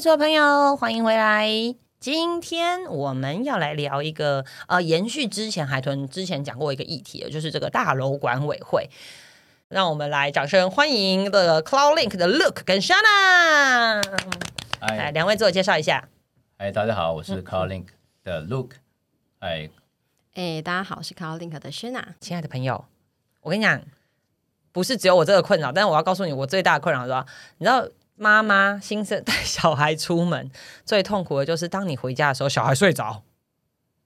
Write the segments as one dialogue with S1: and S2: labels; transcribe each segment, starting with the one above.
S1: 所有朋友，欢迎回来。今天我们要来聊一个呃，延续之前海豚之前讲过一个议题，就是这个大楼管委会。让我们来掌声欢迎的 Cloud Link 的 Look 跟 Shana，来
S2: 哎
S1: 两位自我介绍一下。
S2: 哎，大家好，我
S1: 嗯
S2: 是 Carlink 的 Luke。哎，
S3: 哎，大家好，我是 Call Link 的 Shina。
S1: 亲爱的朋友，我跟你讲，不是只有我这个困扰，但是我要告诉你，我最大的困扰是吧？你知道，妈妈新生带小孩出门 最痛苦的就是，当你回家的时候，小孩睡着，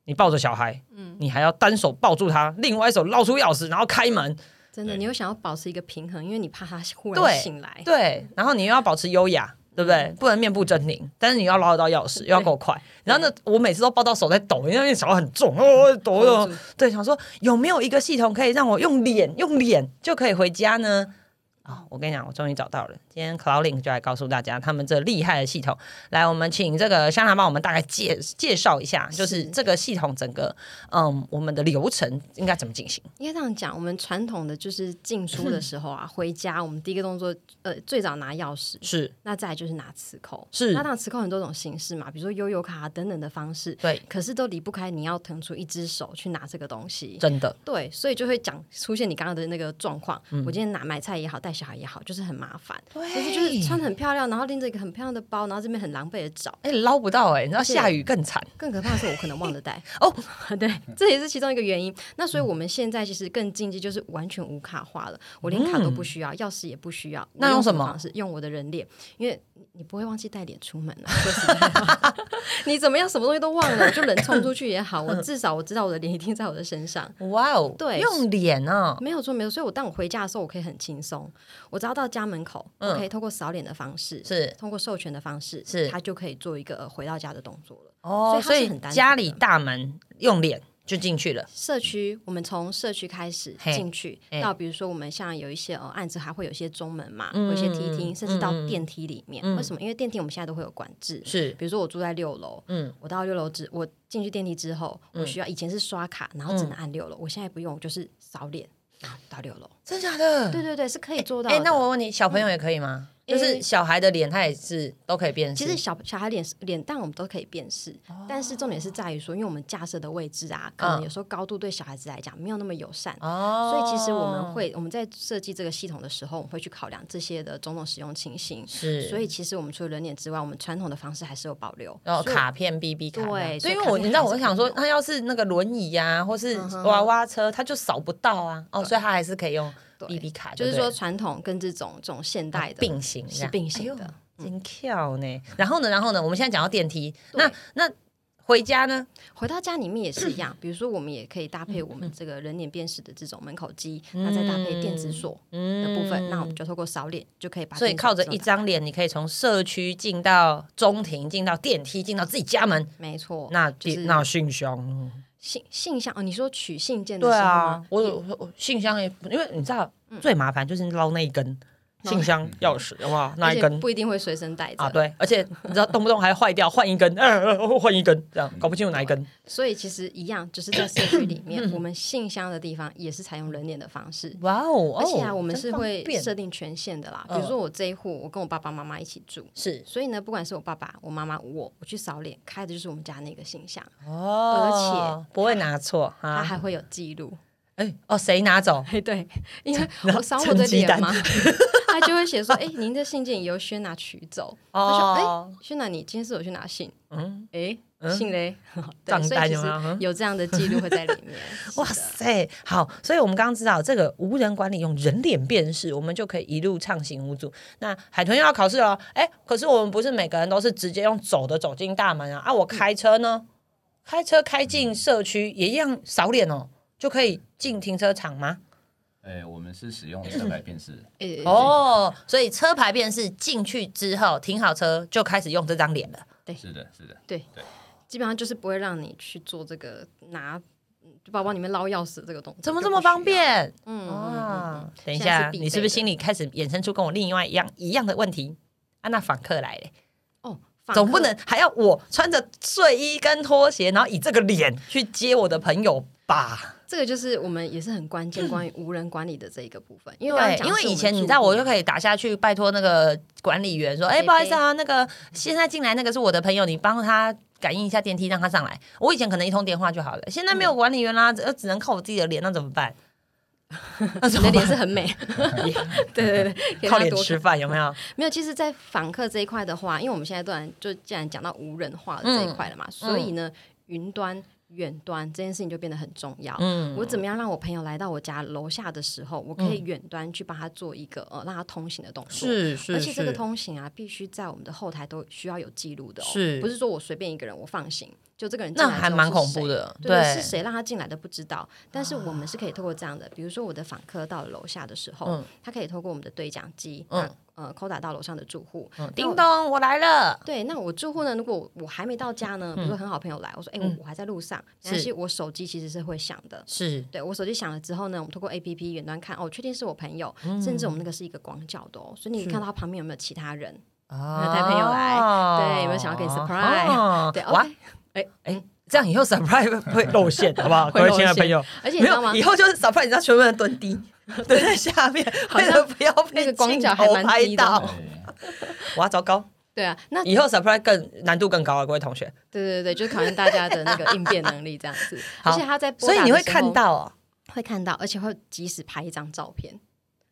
S1: 你抱着小孩，
S3: 嗯，
S1: 你还要单手抱住他，另外一手捞出钥匙，然后开门，
S3: 真的，
S2: 对
S3: 你又想要保持一个平衡，因为你怕他忽
S1: 对
S3: 然醒来。
S1: 对，然后你又要保持优雅。对不对？不能面部狰狞，但是你要捞得到钥匙，又要够快。然后呢，我每次都抱到手在抖，因为那小孩很重，哦，抖
S3: 我
S1: 抖。对，想说有没有一个系统可以让我用脸用脸就可以回家呢？哦，我跟你讲，我终于找到了。今天 Cloudlink 就来告诉大家他们这厉害的系统。来，我们请这个香兰帮我们大概介介绍一下，就是
S3: 是
S1: 这个系统整个嗯我们的流程应该怎么进行？
S3: 应该这样讲，我们传统的就是进书的时候啊， 回家我们第一个动作，呃，最早拿钥匙，
S1: 是
S3: 那再来就是拿磁扣。
S1: 是
S3: 那当然磁扣很多种形式嘛，比如说悠游卡、啊、等等的方式。
S1: 对，
S3: 可是都离不开你要腾出一只手去拿这个东西。
S1: 真的，
S3: 对，所以就会讲出现你刚刚的那个状况。
S1: 嗯
S3: 我今天拿买菜也好，带小孩也好，就是很麻烦。就是就是穿的很漂亮，然后拎着一个很漂亮的包，然后这边很狼狈的找。
S1: 哎、捞不到哎、你知道
S3: 是
S1: 下雨更惨
S3: 更可怕的是，我可能忘了 带嗯
S1: 哦，
S3: 对，这也是其中一个原因。那所以我们现在其实更进阶，就是完全无卡化了，我连卡都不需要，钥匙也不需要。
S1: 那
S3: 你
S1: 用
S3: 嗯用
S1: 什么
S3: 方式？用我的人脸，因为你不会忘记带脸出门啊。说实在话 你怎么样，什么东西都忘了，我就人冲出去也好， 我至少我知道我的脸一定在我的身上。
S1: 哇哦，
S3: 对
S1: 用脸啊，
S3: 没有错，没有错。所以我当我回家的时候，我可以很轻松。我只要到家门口，我可以透过扫脸的方式，
S1: 是
S3: 通过授权的方式，
S1: 是
S3: 他就可以做一个呃回到家的动作了。
S1: 哦，所
S3: 所以它是
S1: 以
S3: 很单纯的
S1: 家里大门用脸就进去了，
S3: 社区，我们从社区开始
S1: 嘿
S3: 进去
S1: 嘿，嗯
S3: 到比如说我们像有一些呃案子，还会有一些中门嘛，有一些梯厅，甚至到电梯里面。为什么？因为电梯我们现在都会有管制。
S1: 是
S3: 比如说我住在六楼，嗯，我到六楼之，我进去电梯之后，
S1: 嗯
S3: 我需要以前是刷卡，然后只能按六楼，我现在不用，我就是扫脸，然后到六楼。
S1: 真假的？
S3: 对对对，是可以做到
S1: 哎、
S3: 的。
S1: 嗯那我问你，小朋友也可以吗？
S3: 嗯
S1: 就是
S3: 诶
S1: 小孩的脸，他也是哦都可以辨识。
S3: 其实小小孩脸脸蛋我们都可以辨识，但是重点是在于说，因为我们架设的位置啊，
S1: 嗯
S3: 可能有时候高度对小孩子来讲没有那么友善，
S1: 哦，
S3: 所以其实我们会我们在设计这个系统的时候，我们会去考量这些的种种使用情形。
S1: 是，
S3: 所以其实我们除了人脸之外，我们传统的方式还是有保留。
S1: 然后
S3: 所以
S1: 哦卡片 B B 卡这样，
S3: 对
S1: 所以因
S3: 所
S1: 为我
S3: 以卡片
S1: 你知道，
S3: 还
S1: 我
S3: 是
S1: 想
S3: 可以
S1: 说，
S3: 用嗯
S1: 他要是那个轮椅呀、或是娃娃车，他就扫不到啊。哦，所以他还是可以用
S3: 对
S1: B B 卡，
S3: 就是
S1: 对了
S3: 说传统跟这种这种现代的
S1: 并行这
S3: 是
S1: 样
S3: 并行
S1: 哎
S3: 的嗯
S1: 呦。真巧呢。然后呢，然后呢，我们现在讲到电梯，那
S3: 对
S1: 那回家呢？
S3: 回到家里面也是一样，比如说我们也可以搭配
S1: 嗯
S3: 我们这个人脸辨识的这种门口机，那再搭配电子锁的部分，那我们就透过扫脸就可以把
S1: 嗯所以
S3: 电子
S1: 靠着
S3: 锁
S1: 一张脸，你可以从社区进到中庭，进到电梯，进到自己家门。
S3: 没错，
S1: 那
S3: 就是
S1: 那信箱，
S3: 信信箱哦，你说取信件的
S1: 对
S3: 时候
S1: 啊
S3: 吗，？
S1: 我有我信箱也，因为你知道
S3: 嗯
S1: 最麻烦就是捞那一根信箱钥匙，有没有那
S3: 而
S1: 一
S3: 且
S1: 根
S3: 不一定会随身带着、
S1: 啊？ 对，而且你知道动不动还坏掉，换一根，呃呃，换一根，这样
S3: 嗯
S1: 搞不清楚哪一根。
S3: 所以其实一样，就是在社区里面，我们信箱的地方也是采用人脸的方式。
S1: 哇哦
S3: 而且啊，我们是会设定权限的
S1: 嗯
S3: 啦。比如说我这一户，我跟我爸爸妈妈一起住，
S1: 是
S3: 所以呢，不管是我爸爸、我妈妈、我，我去扫脸，开的就是我们家那个信箱，
S1: 哦，而且不会拿错
S3: 它
S1: 啊。
S3: 还会有记录。
S1: 哎哦，谁拿走？
S3: 嘿，对，因为
S1: 然后
S3: 我扫我
S1: 趁
S3: 的
S1: 鸡蛋
S3: 脸嘛，他就会写说：“哎，您的信件由轩娜取走。”他说：“哎
S1: 哦，，
S3: 轩娜，你今天是有去拿信？
S1: 嗯
S3: 嗯，哎，信嘞？ 对，
S1: 账
S3: 所
S1: 单
S3: 以其
S1: 有没有
S3: 实
S1: 嗯
S3: 有这样的记录会在里面。是
S1: 哇
S3: 的
S1: 塞，好，所以我们刚刚知道这个无人管理用人脸辨识，我们就可以一路畅行无阻。那海豚又要考试了，哎，可是我们不是每个人都是直接用走的走进大门啊，啊，我开车呢，开车开进社区也一样扫脸哦，就可以进停车场吗？
S2: 哎，我们是使用车牌 辨识，
S3: 诶
S1: 哦，所以车牌辨识进去之后，停好车就开始用这张脸了。
S2: 是的，是的，
S3: 基本上就是不会让你去做这个拿嗯包包里面捞钥匙这个动作，
S1: 怎么这么方
S3: 就
S1: 便？
S3: 不需要？嗯，嗯嗯
S1: 啊
S3: 嗯！
S1: 等一
S3: 现在
S1: 下，
S3: 是必
S1: 你是不是
S3: 备的
S1: 心里开始衍生出跟我另外一样一样的问题？啊，那访客来了。
S3: 哦，访
S1: 总不
S3: 客
S1: 能还要我穿着睡衣跟拖鞋，然后以这个脸去接我的朋友吧？
S3: 这个就是我们也是很关键关于无人管理的这一个部分，因为刚刚
S1: 对，
S3: 讲
S1: 因
S3: 的
S1: 为
S3: 是
S1: 以前
S3: 们
S1: 你
S3: 住
S1: 知道，
S3: 户
S1: 我就可以打下去拜托那个管理员说：“哎、
S3: 对
S1: 不好意思啊，那个现在进来那个是我的朋友，你帮他感应一下电梯，让他上来。”我以前可能一通电话就好了，现在没有管理员啦，
S3: 嗯
S1: 只只能靠我自己的脸，那怎么 办？那怎么
S3: 你的脸
S1: 办？
S3: 是 很美， 对对对，给
S1: 靠
S3: 他
S1: 脸
S3: 多看
S1: 吃饭有没有？
S3: 没有，其实，在访客这一块的话，因为我们现在突然就既然讲到无人化的这一块了
S1: 嗯
S3: 嘛，所以呢，云端、远端这件事情就变得很重要。
S1: 嗯
S3: 我怎么样让我朋友来到我家楼下的时候，我可以远端去帮他做一个呃让他通行的动作。
S1: 是是
S3: 而且这个通行啊，必须在我们的后台都需要有记录的哦，
S1: 是
S3: 不是说我随便一个人我放行，就这个人进
S1: 那
S3: 来之后
S1: 还蛮
S3: 是
S1: 恐
S3: 谁
S1: 怖的，
S3: 对，是谁让他进来的不知道，但是我们是可以透过这样的，比如说我的访客到了楼下的时候，
S1: 嗯
S3: 他可以透过我们的对讲机，
S1: 嗯
S3: 嗯，呃，扣打到楼上的住户。
S1: 嗯叮咚，我来了。
S3: 对，那我住户呢？如果我还没到家呢，比如说很好朋友来，我说，哎、我我还在路上，
S1: 嗯是
S3: 但是我手机其实是会响的。
S1: 是
S3: 对我手机响了之后呢，我们透过 A P P 远端看，哦，确定是我朋友，甚至我们那个是一个广角的哦，所以你看到他旁边有没有其他人？
S1: 啊
S3: 带朋友来对有没有想要给你 surprise？对
S1: 哦哇，
S3: ，OK，
S1: 哎，这样以后 surprise 会露馅，好不 好？各位亲爱的朋友，
S3: 而且你
S1: 没
S3: 知道吗
S1: 有，以？后就是 surprise，你知道全部人蹲 低，蹲在下面，
S3: 好
S1: 为
S3: 像
S1: 了不要
S3: 那
S1: 被
S3: 个广
S1: 镜
S3: 角还
S1: 头
S3: 蛮
S1: 拍
S3: 低的
S1: 到。
S2: 对
S1: 哇，糟糕！
S3: 对啊，那
S1: 以后 surprise 更难度更高了，各位同学。
S3: 对对对，就是考验大家的那个应变能力这样 子。而且他在拨
S1: 所以
S3: 打
S1: 你
S3: 的
S1: 会
S3: 时
S1: 看
S3: 候
S1: 到哦，
S3: 会看到，而且会及时拍一张照片。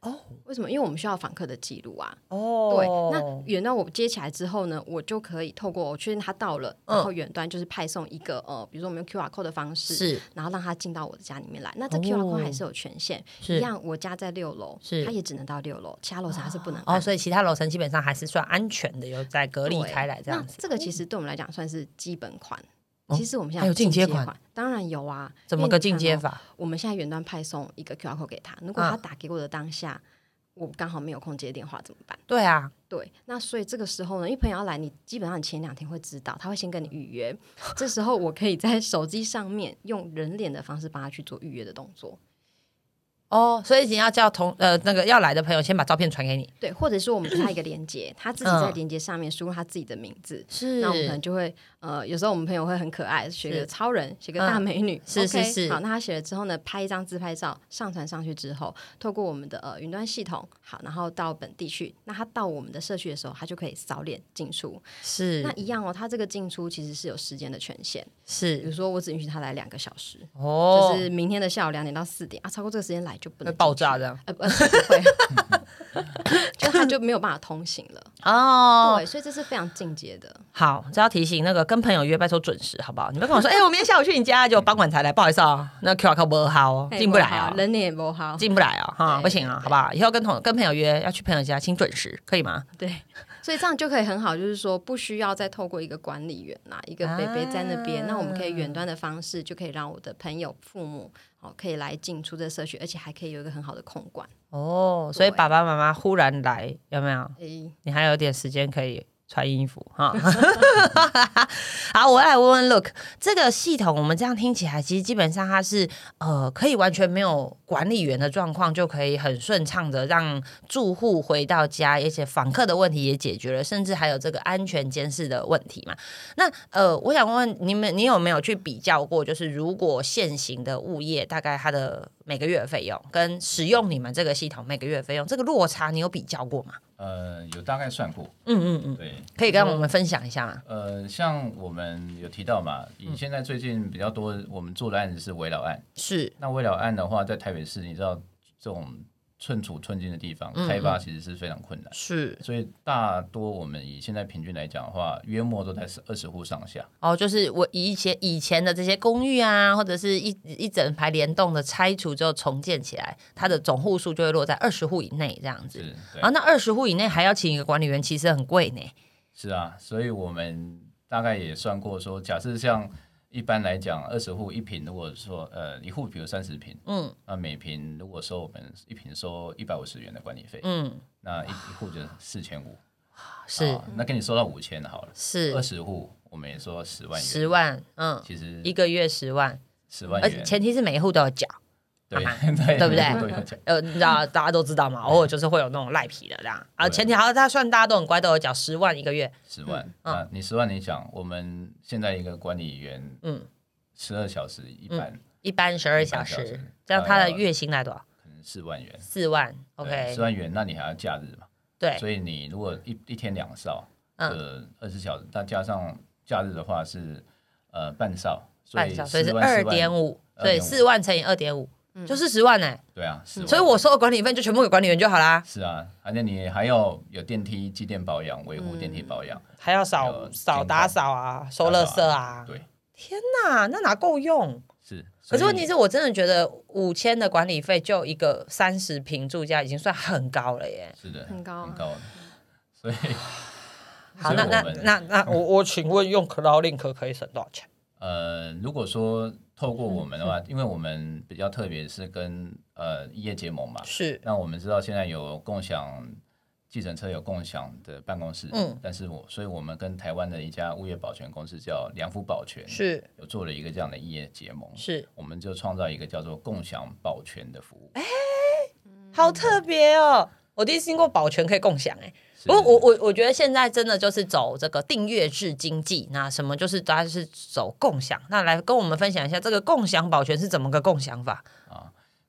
S1: 哦
S3: 为什么？因为我们需要访客的记录啊。对，
S1: 哦
S3: 那，远端我接起来之后呢，我就可以透过我确认他到了，
S1: 嗯
S3: 然后远端就是派送一个呃，比如说我们用 QR code 的方式，
S1: 是
S3: 然后让他进到我的家里面来。那这
S1: 哦
S3: QR code 还是有权限，
S1: 是
S3: 一样，我家在六楼，
S1: 是
S3: 他也只能到六楼，其他楼层他是不能按
S1: 哦，所以其他楼层基本上还是算安全的，有在隔离
S3: 对
S1: 开来这样子。
S3: 那这个其实对我们来讲算是基本款。
S1: 哦
S3: 其实我们现在
S1: 还有进阶
S3: 阶
S1: 款，
S3: 当然有啊。
S1: 怎
S3: 因
S1: 么
S3: 为
S1: 个
S3: 你
S1: 进
S3: 看
S1: 阶
S3: 哦
S1: 法？
S3: 我们现在远端派送一个 QR code 给他，如果他
S1: 嗯
S3: 打给我的当下，我刚好没有空接电话怎么办？
S1: 对啊，
S3: 对，那所以这个时候呢，因为朋友要来，你基本上你前两天会知道，他会先跟你预约。这时候我可以在手机上面用人脸的方式帮他去做预约的动作，
S1: 哦，所以你要叫同呃那个要来的朋友先把照片传给你，
S3: 对，或者是我们给他一个连接，他自己在
S1: 嗯
S3: 连接上面输入他自己的名字。
S1: 是
S3: 那我们可能就会，呃，有时候我们朋友会很可爱，写
S1: 是
S3: 个超人，写个大
S1: 嗯
S3: 美女，
S1: 是是
S3: OK，
S1: 是
S3: 好，那他写了之后呢，拍一张自拍照，上传上去之后，透过我们的呃云端系统，好，然后到本地去。那他到我们的社区的时候，他就可以扫脸进出。
S1: 是
S3: 那一样哦，他这个进出其实是有时间的权限，比
S1: 是
S3: 如说我只允许他来两个小时，
S1: 哦，
S3: 就是明天的下午两点到四点啊，超过这个时间来就不
S1: 会
S3: 能
S1: 爆
S3: 进去
S1: 炸。这样
S3: 呃，不呃不会， 就他就没有办法通行了。
S1: 哦。
S3: 对，所以这是非常进阶的。
S1: 好，这要提醒那个跟朋友约，拜托准时，好不好？你不要跟我说，哎、我明天下午去你家，就傍晚才来，不好意思啊、那 QR code 不好哦，
S3: 嘿
S1: 进不来
S3: 不
S1: 啊、
S3: 哎好人脸也不好。
S1: 进不来啊、哈，
S3: 对
S1: 不行啊，
S3: 对
S1: 好不好？以后跟同跟朋友约要去朋友家，请准时，可以吗？
S3: 对，所以这样就可以很好，就是说不需要再透过一个管理员啦，一个
S1: 啊
S3: 北北在那边，那我们可以远端的方式就可以让我的朋友、父母哦可以来进出这社区，而且还可以有一个很好的控管。
S1: 哦，所以
S3: 对
S1: 爸爸妈妈忽然来，有没有？
S3: 诶，
S1: 你还有点时间可以穿衣服哈。 好，我来问问 Look，这个系统我们这样听起来，其实基本上它是呃，可以完全没有管理员的状况，就可以很顺畅的让住户回到家，而且访客的问题也解决了，甚至还有这个安全监视的问题嘛。那呃，我想问你们，你有没有去比较过，就是如果现行的物业大概它的每个月的费用，跟使用你们这个系统每个月的费用，这个落差你有比较过吗？
S2: 呃，有大概算过，
S1: 嗯嗯嗯。
S2: 对，
S1: 可以跟我们分享一下吗？
S2: 呃，像我们有提到嘛，
S1: 嗯
S2: 以现在最近比较多我们做的案子是围绕案，
S1: 是
S2: 那围绕案的话，在台北市，你知道这种寸土寸金的地方，
S1: 嗯
S2: 开发其实是非常困难。
S1: 是
S2: 所以大多我们以现在平均来讲的话，约莫都在十二十户上下。
S1: 哦，就是我以前以前的这些公寓啊，或者是一一整排联动的拆除之后重建起来，它的总户数就会落在二十户以内这样子。
S2: 是，对
S1: 啊，，那二十户以内还要请一个管理员，其实很贵呢。
S2: 是啊。所以我们大概也算过说，假设像一般来讲，二十户一平，如果说呃一户比如三十平，
S1: 嗯
S2: 那每平如果说我们一平收一百五十元的管理费，
S1: 嗯，
S2: 那一一户就是四千五，
S1: 是、
S2: 啊那给你收到五千好了。二
S1: 是
S2: 十户我们也说十万元，
S1: 十万，嗯，
S2: 其实
S1: 一个月十万，
S2: 十万
S1: 而且
S2: 元，
S1: 前提是每一户都有缴。
S2: 对
S1: 啊
S2: 对
S1: 对不对
S2: 每户都有讲
S1: 呃，你知 道大家都知道嘛，偶尔就是会有那种赖皮的这样啊。前提好像他算大家都很乖，都有缴十万一个月，
S2: 十万
S1: 嗯
S2: 啊，你十万，你想我们现在一个管理员，
S1: 嗯
S2: 嗯，十二小时一班，
S1: 一般十二小
S2: 一般12小
S1: 时
S2: 时，
S1: 这样他的月薪来多少？
S2: 可能四万元
S1: 四万，OK，
S2: 四万元，那你还要假日嘛？
S1: 对，
S2: 所以你如果一一天两哨，
S1: 嗯
S2: 呃，二十小时，那加上假日的话是呃半哨，所
S1: 半
S2: 以
S1: 小时是
S2: 4万
S1: 二点
S2: 4万
S1: 五，对，
S2: 2.5
S1: 四万乘以二点五就是十万哎，
S2: 对啊，10万
S1: 所以我收的管理费就全部给管理员就好啦，
S2: 是啊，反正你还要有电梯机电保养、维护电梯保养，
S1: 还要
S2: 扫呃扫打
S1: 扫啊，
S2: 收垃圾
S1: 啊
S2: 对，
S1: 那那哪够用？
S2: 是。
S1: 可是
S2: 所以
S1: 问题是我真的觉得五千的管理费就一个三十平住家已经算很高了耶。
S2: 是的，
S3: 很高啊
S2: 很高的，所以
S1: 好，
S2: 所以
S1: 那
S2: 我
S1: 那
S2: 们
S1: 那那我我请问用 Cloudlink 可以省多少钱？
S2: 呃，如果说透
S1: 嗯
S2: 过我们的话，因为我们比较特别是跟呃业结盟嘛，
S1: 是
S2: 那我们知道现在有共享计程车有共享的办公室，
S1: 嗯，
S2: 但是我所以我们跟台湾的一家物业保全公司叫良福保全，
S1: 是
S2: 有做了一个这样的业结盟，
S1: 是，
S2: 我们就创造一个叫做共享保全的服务。
S1: 好特别哦。我第一次听过保全可以共享哎、
S2: 是
S1: 不过我我我觉得现在真的就是走这个订阅制经济，那什么就是大家是走共享，那来跟我们分享一下这个共享保全是怎么个共享法？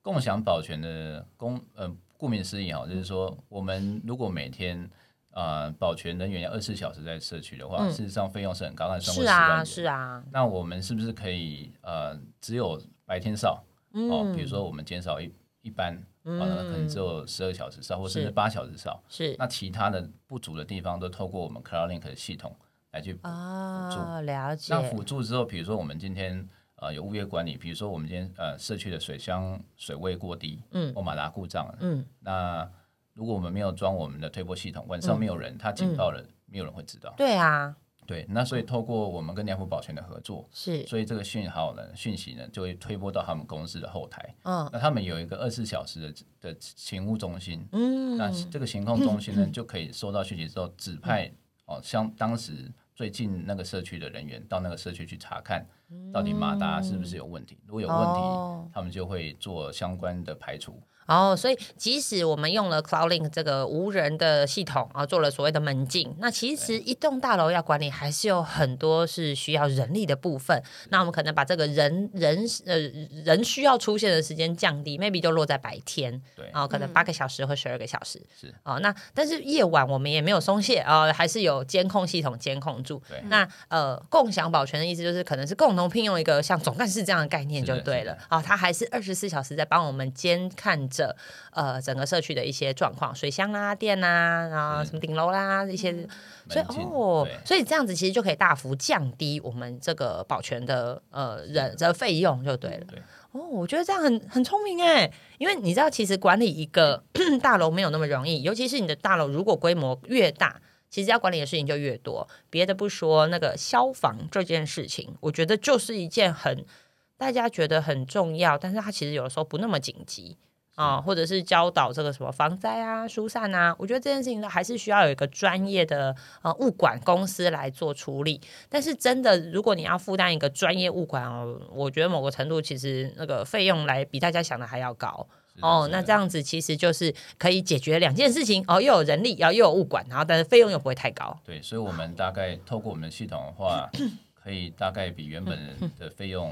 S2: 共享保全的公，呃，顾名思义哈，就是说我们如果每天呃保全人员要二十四小时在社区的话，
S1: 嗯
S2: 事实上费用是很高，那超
S1: 是
S2: 过十万
S1: 啊
S2: 元。
S1: 是啊，
S2: 那我们是不是可以呃只有白天哨
S1: 嗯
S2: 哦？比如说我们减少一一班，哦，那可能只有十二小时哨，或甚至
S1: 是
S2: 八小时哨。
S1: 嗯是
S2: 那其他的不足的地方都透过我们 CloudLink 的系统来去补
S1: 啊，了解
S2: 那辅助之后，比如说我们今天呃有物业管理，比如说我们今天呃社区的水箱水位过低，
S1: 嗯
S2: 或马达故障了，
S1: 嗯
S2: 那如果我们没有装我们的推波系统，晚上没有人，它警报了，没有人会知道。
S1: 嗯对啊
S2: 对，那所以透过我们跟良福保全的合作，
S1: 是
S2: 所以这个讯号呢、讯息呢，就会推播到他们公司的后台。
S1: 嗯
S2: 那他们有一个二十四小时的的勤务中心，
S1: 嗯
S2: 那这个行控中心呢，就可以收到讯息之后指派
S1: 嗯
S2: 哦，像当时最近那个社区的人员到那个社区去查看，到底马达是不是有问题？如果有问
S1: 嗯哦
S2: 题，他们就会做相关的排除。
S1: 哦，所以即使我们用了 CloudLink 这个无人的系统啊，做了所谓的门禁，那其实一栋大楼要管理，还是有很多是需要人力的部分。那我们可能把这个人人呃人需要出现的时间降低，maybe 就落在白天，
S2: 对
S1: 啊，可能八个小时或十二个小时，
S2: 是
S1: 哦。那但是夜晚我们也没有松懈啊、还是有监控系统监控住。
S2: 对
S1: 那呃，共享保全的意思就是可能是共同聘用一个像总干事这样的概念
S2: 是
S1: 就
S2: 的
S1: 对
S2: 是的
S1: 了。啊、它还是二十四小时在帮我们监看着呃整个社区的一些状况，水箱啦、电啦，然后
S2: 是
S1: 什么顶楼啦一些，所以
S2: 门禁
S1: 哦
S2: 对，
S1: 所以这样子其实就可以大幅降低我们这个保全的呃人的费用就对了。
S2: 嗯对
S1: 哦，我觉得这样很很聪明哎，因为你知道，其实管理一个 大楼没有那么容易，尤其是你的大楼如果规模越大，其实要管理的事情就越多。别的不说，那个消防这件事情，我觉得就是一件很大家觉得很重要，但是它其实有的时候不那么紧急啊、或者是教导这个什么防灾啊、疏散啊，我觉得这件事情呢还是需要有一个专业的呃物管公司来做处理。但是真的，如果你要负担一个专业物管哦，我觉得某个程度其实那个费用来比大家想的还要高。
S2: 是的
S1: 哦
S2: 是，的
S1: 那这样子其实就是可以解决两件事情哦，又有人力，然后又有物管，然后但是费用又不会太高。
S2: 对，所以我们大概透过我们的系统的话，可以大概比原本的费用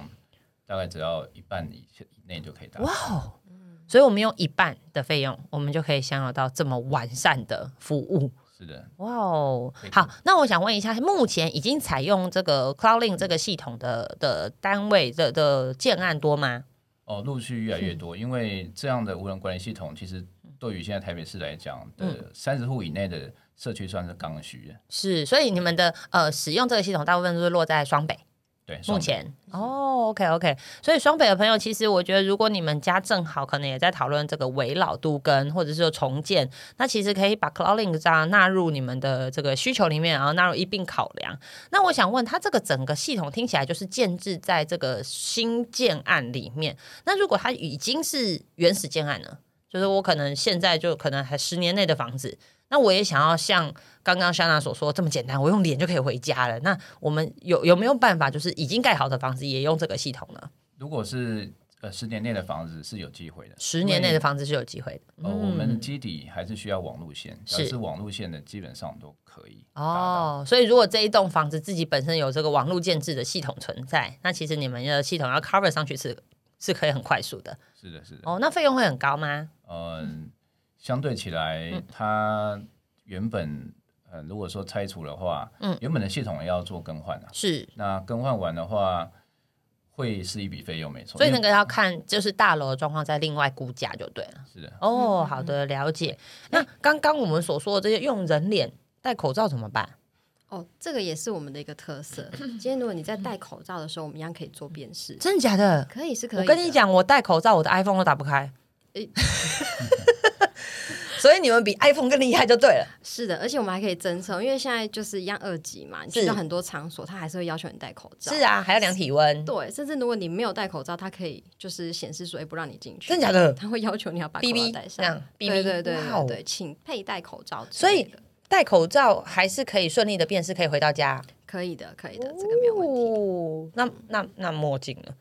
S2: 大概只要一半以以内就可以达到。
S1: 哦，所以我们用一半的费用，我们就可以享有到这么完善的服务。
S2: 是的，
S1: 哇哦
S2: 可以，
S1: 好，那我想问一下，目前已经采用这个 Cloudlink 这个系统的的单位的的建案多吗？
S2: 哦，陆续越来越多，因为这样的无人管理系统，其实对于现在台北市来讲的
S1: 嗯
S2: 三十户以内的社区算是刚需的。
S1: 是，所以你们的呃使用这个系统大部分都是落在双北。
S2: 对，
S1: 目
S2: 双北
S1: 前哦，OK OK，所以双北的朋友，其实我觉得，如果你们家正好可能也在讨论这个围老都跟或者是说重建，那其实可以把 Cloudlink 这样纳入你们的这个需求里面，然后纳入一并考量。那我想问，它这个整个系统听起来就是建制在这个新建案里面，那如果它已经是原始建案呢？就是我可能现在就可能还十年内的房子，那我也想要像刚刚莎娜所说这么简单，我用脸就可以回家了。那我们有有没有办法，就是已经盖好的房子也用这个系统呢？
S2: 如果是呃十年内的房子是有机会的，
S1: 十年内的房子是有机会的。嗯
S2: 因为呃我们的基底还是需要网路线，只要
S1: 是
S2: 是网路线的基本上都可以达到。
S1: 哦，所以如果这一栋房子自己本身有这个网络建制的系统存在，那其实你们的系统要 cover 上去是是可以很快速的。
S2: 是的，是的。
S1: 哦，那费用会很高吗？
S2: 嗯，相对起
S1: 嗯
S2: 来，它原本呃，如果说拆除的话，嗯，原本的系统也要做更换啊。
S1: 是，
S2: 那更换完的话，会是一笔费用，没错。
S1: 所以
S2: 因
S1: 那
S2: 为
S1: 个要看就是大楼的状况，再另外估价就对了。
S2: 是的，
S1: 哦，好的，了解。那刚刚我们所说的这些用人脸戴口罩怎么办？
S3: 哦，这个也是我们的一个特色。今天如果你在戴口罩的时候，我们一样可以做辨识，
S1: 真的假的？
S3: 可以是可以。
S1: 我跟你，讲，我戴口罩，我的 iPhone 都打不开
S3: 诶。
S1: 所以你们比 iPhone 更厉害就对了。
S3: 是的，而且我们还可以侦测，因为现在就是一样二级嘛，你
S1: 是
S3: 去到很多场所，他还 是会要求你戴口罩。
S1: 是啊，还要量体温，
S3: 对，甚至如果你没有戴口罩，它可以就是显示说，哎、不让你进去，
S1: 真的假的？
S3: 他会要求你要把口
S1: BB
S3: 罩戴
S1: 这样
S3: 上，
S1: ，BB
S3: 对对对
S1: 哇哦
S3: 对对，请佩戴口罩之
S1: 所以
S3: 类的。
S1: 戴口罩还是可以顺利的辨识，可以回到家。
S3: 可以的，可以的，这个没有问题。
S1: 哦， 那那那墨镜呢？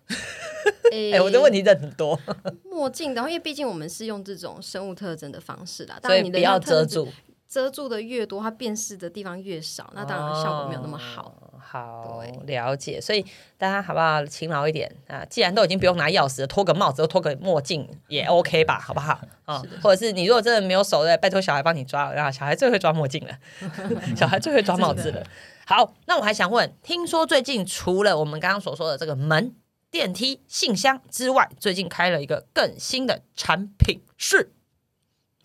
S3: 哎
S1: 哎、我的问题真的很多，
S3: 墨镜的话，因为毕竟我们是用这种生物特征的方式啦，当
S1: 所
S3: 然
S1: 以
S3: 你
S1: 不
S3: 的
S1: 要
S3: 人特
S1: 遮
S3: 征
S1: 住，
S3: 遮住的越多，它辨识的地方越少，那当然效果没有那么好。
S1: 哦。好
S3: 对，
S1: 了解。所以大家好不好勤劳一点啊？既然都已经不用拿钥匙了，脱个帽子，脱个墨镜也 OK 吧？好不好？啊，或者是你如果真的没有手的，拜托小孩帮你抓，然后小孩最会抓墨镜了，小孩最会抓帽子了。好，那我还想问，听说最近除了我们刚刚所说的这个门、电梯、信箱之外，最近开了一个更新的产品是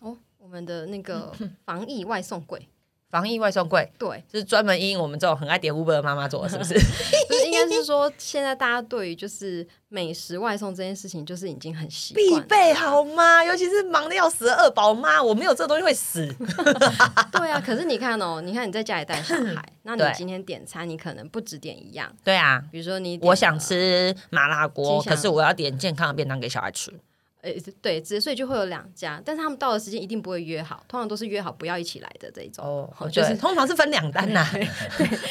S3: 哦，我们的那个防疫外送柜，
S1: 防疫外送柜，
S3: 对，
S1: 就是专门因我们这种很爱点 Uber 的妈妈做的，是不是？
S3: 就是应该是说，现在大家对于就是美食外送这件事情，就是已经很习
S1: 必
S3: 惯了。
S1: 备好吗？尤其是忙的要死的二宝妈，我没有这东西会死。
S3: 对啊，可是你看哦，你看你在家里带小 孩，那你
S1: 对
S3: 今天点餐，你可能不只点一样，
S1: 对啊，
S3: 比如说你点
S1: 我想
S3: 了，
S1: 吃麻辣锅，
S3: 金香
S1: 可是我要点健康的便当给小孩吃。
S3: 呃，对，只所以就会有两家，但是他们到的时间一定不会约好，通常都是约好不要一起来的这一种。
S1: 哦，
S3: 好
S1: 就
S3: 就是是
S1: 通常是分两单 呐、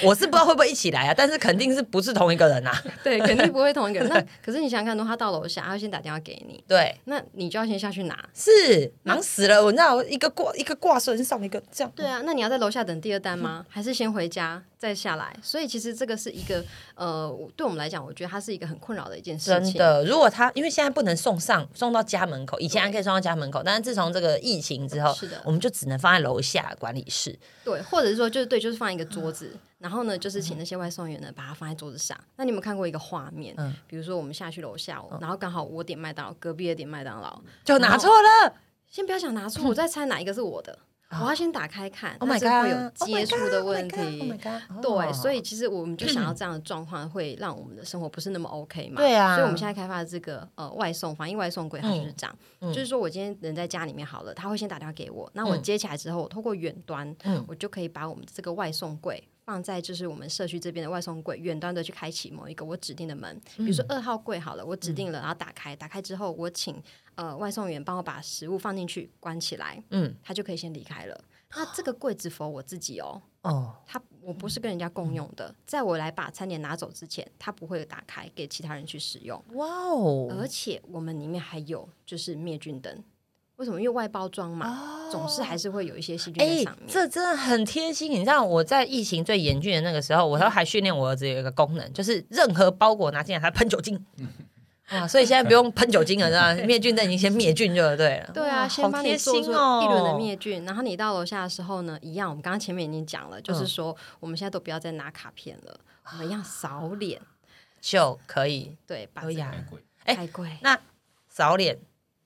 S1: 我是不知道会不会一起来啊，但是肯定是不是同一个人呐、啊
S3: 对，肯定不会同一 个人。那可是你想想看，如果他到楼下，他会先打电话给你，
S1: 对，
S3: 那你就要先下去拿。
S1: 是忙死了。我知道一个挂一个挂身上一个这样，
S3: 对啊，那你要在楼下等第二 单吗？还是先回家再下来？所以其实这个是一个呃，我对我们来讲，我觉得它是一个很困扰的一件事
S1: 真
S3: 情。
S1: 的。如果他因为现在不能送上送到家门口，以前还可以送到家门口，但是自从这个疫情之后，
S3: 是的
S1: 我们就只能放在楼下管理室。
S3: 对，或者是说，就是对，就是放一个桌
S1: 啊
S3: 子，然后呢，就是请那些外送员呢把它放在桌子上。那你有没有看过一个画面？
S1: 嗯
S3: 比如说我们下去楼下，然后刚好我点麦当劳，隔壁也点麦当劳，
S1: 就拿错了，
S3: 先不要想拿错，我再猜哪一个是我的，我要先打开看，
S1: 嗯 Oh
S3: 那
S1: my
S3: 这
S1: god！
S3: 会有接触的问题。
S1: Oh my god！
S3: 对，所
S1: 以
S3: 以其实我们就想要这样的状况，会让我们的生活不是那么 OK 嘛？
S1: 嗯对啊嗯
S3: 所以我们现在开发的这个呃外送防疫外送柜，它就是这样，就是说我今天人在家里面好了，他会先打电话给我，那
S1: 嗯
S3: 我接起来之后，我透过远端，我就可以把我们这个外送柜。放在就是我们社区这边的外送柜，远端的去开启某一个我指定的门，比如说
S1: 嗯
S3: 二号柜好了，我指定了，然后打开，打开之后我请呃外送员帮我把食物放进去，关起来，
S1: 嗯
S3: 嗯，他就可以先离开了。那这个柜只否我自己哦，
S1: 哦，
S3: 它我不是跟人家共用的，在我来把餐点拿走之前，它不会打开给其他人去使用。
S1: 哇哦，
S3: 而且我们里面还有就是灭菌灯，为什么？因为外包装嘛，总是还是会有一些细菌在
S1: 哎、
S3: 上面。
S1: 这真的很贴心。你知道我在疫情最严峻的那个时候，我都还训练我儿子有一个功能， 就是任何包裹拿进来，他喷酒 精。啊，所以现在不用喷酒精了，是吧？灭菌灯已经先灭菌就对了。
S3: 对
S1: 哇
S3: 啊，先
S1: 好
S3: 帮
S1: 贴
S3: 你做
S1: 心
S3: 出
S1: 哦，
S3: 一轮的灭菌，然后你到楼下的时候呢，一样，我们刚刚前面已经讲了，
S1: 嗯
S3: 就是说我们现在都不要再拿卡片了，我们要扫脸，
S1: 就可以。
S3: 对，把
S1: 哎呀
S2: 太贵。
S1: 哎
S3: 太贵，
S1: 扫脸。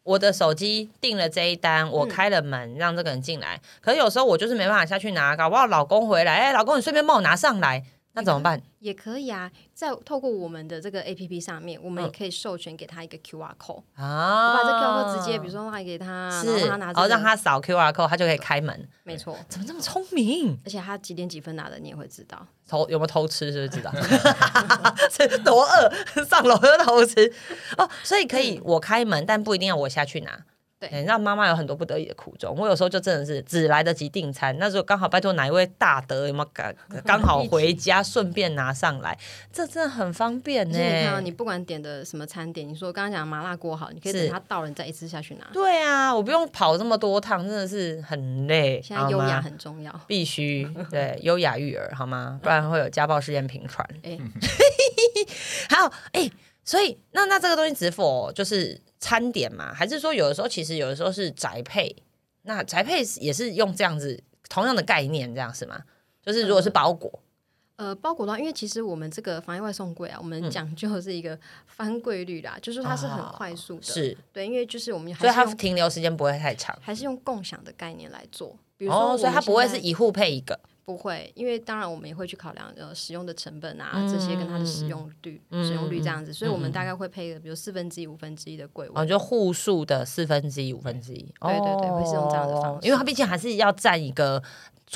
S1: 我的手机订了这一单，
S3: 嗯
S1: 我开了门、让这个人进来，可是有时候我就是没办法下去拿，搞不好老公回来，哎、老公你顺便帮我拿上来，那怎么办？
S3: 也可以啊，在透过我们的这个 A P P 上面，
S1: 嗯
S3: 我们也可以授权给他一个 Q R code。
S1: 啊，
S3: 我把这 QR code 直接，比如说卖给他，然后
S1: 是，
S3: 他拿、
S1: 然
S3: 这
S1: 后
S3: 个，
S1: 让他扫 QR code，他就可以开门。
S3: 没错，
S1: 怎么这么聪明？
S3: 而且他几点几分拿的你也会知道。
S1: 偷有没有偷吃？是不是知道？ 是多饿，上楼就偷吃哦。所以可以我开门，但不一定要我下去拿。
S3: 嗯对
S1: 你知道妈妈有很多不得已的苦衷。我有时候就真的是只来得及订餐，那时候刚好拜托哪一位大德有没有 刚刚好回家，顺便拿上来，这真的很方便欸
S3: 而
S1: 呢、
S3: 且你看哦到你不管点的什么餐点，你说刚刚讲麻辣锅好，你可以
S1: 是
S3: 等他到了你再一次下去拿。
S1: 对啊，我不用跑这么多趟，真的是很累。
S3: 现在优
S1: 好
S3: 雅
S1: 吗
S3: 很重要。
S1: 必须对优雅育儿好吗？不然会有家暴事件频传。
S3: 哎
S1: 好，哎、所以那那这个东西只否就是餐点嘛？还是说有的时候其实有的时候是宅配？那宅配是也是用这样子同样的概念，这样是吗？就是如果是包裹，
S3: 呃，包裹的话，因为其实我们这个防疫外送柜啊，
S1: 嗯
S3: 我们讲究是一个翻柜率 啦，就是它是很快速的，
S1: 啊是，
S3: 对，因为就是我们还
S1: 所以
S3: 是
S1: 它
S3: 用
S1: 停留时间不会太长。
S3: 还是用共享的概念来做，比如说我们
S1: 哦，
S3: 现
S1: 所
S3: 在、
S1: 以它不会是一户配一个，
S3: 不会，因为当然我们也会去考量呃使用的成本啊，
S1: 嗯
S3: 这些跟它的使用率、使用率这样子，所以我
S1: 嗯
S3: 们大概会配一个比如四分之一、五分之一的柜
S1: 哦，
S3: 位。
S1: 就户数的四分之一、五分之一。
S3: 对对对
S1: 哦
S3: 会是用这样的方式
S1: 因为它毕竟还是要占一个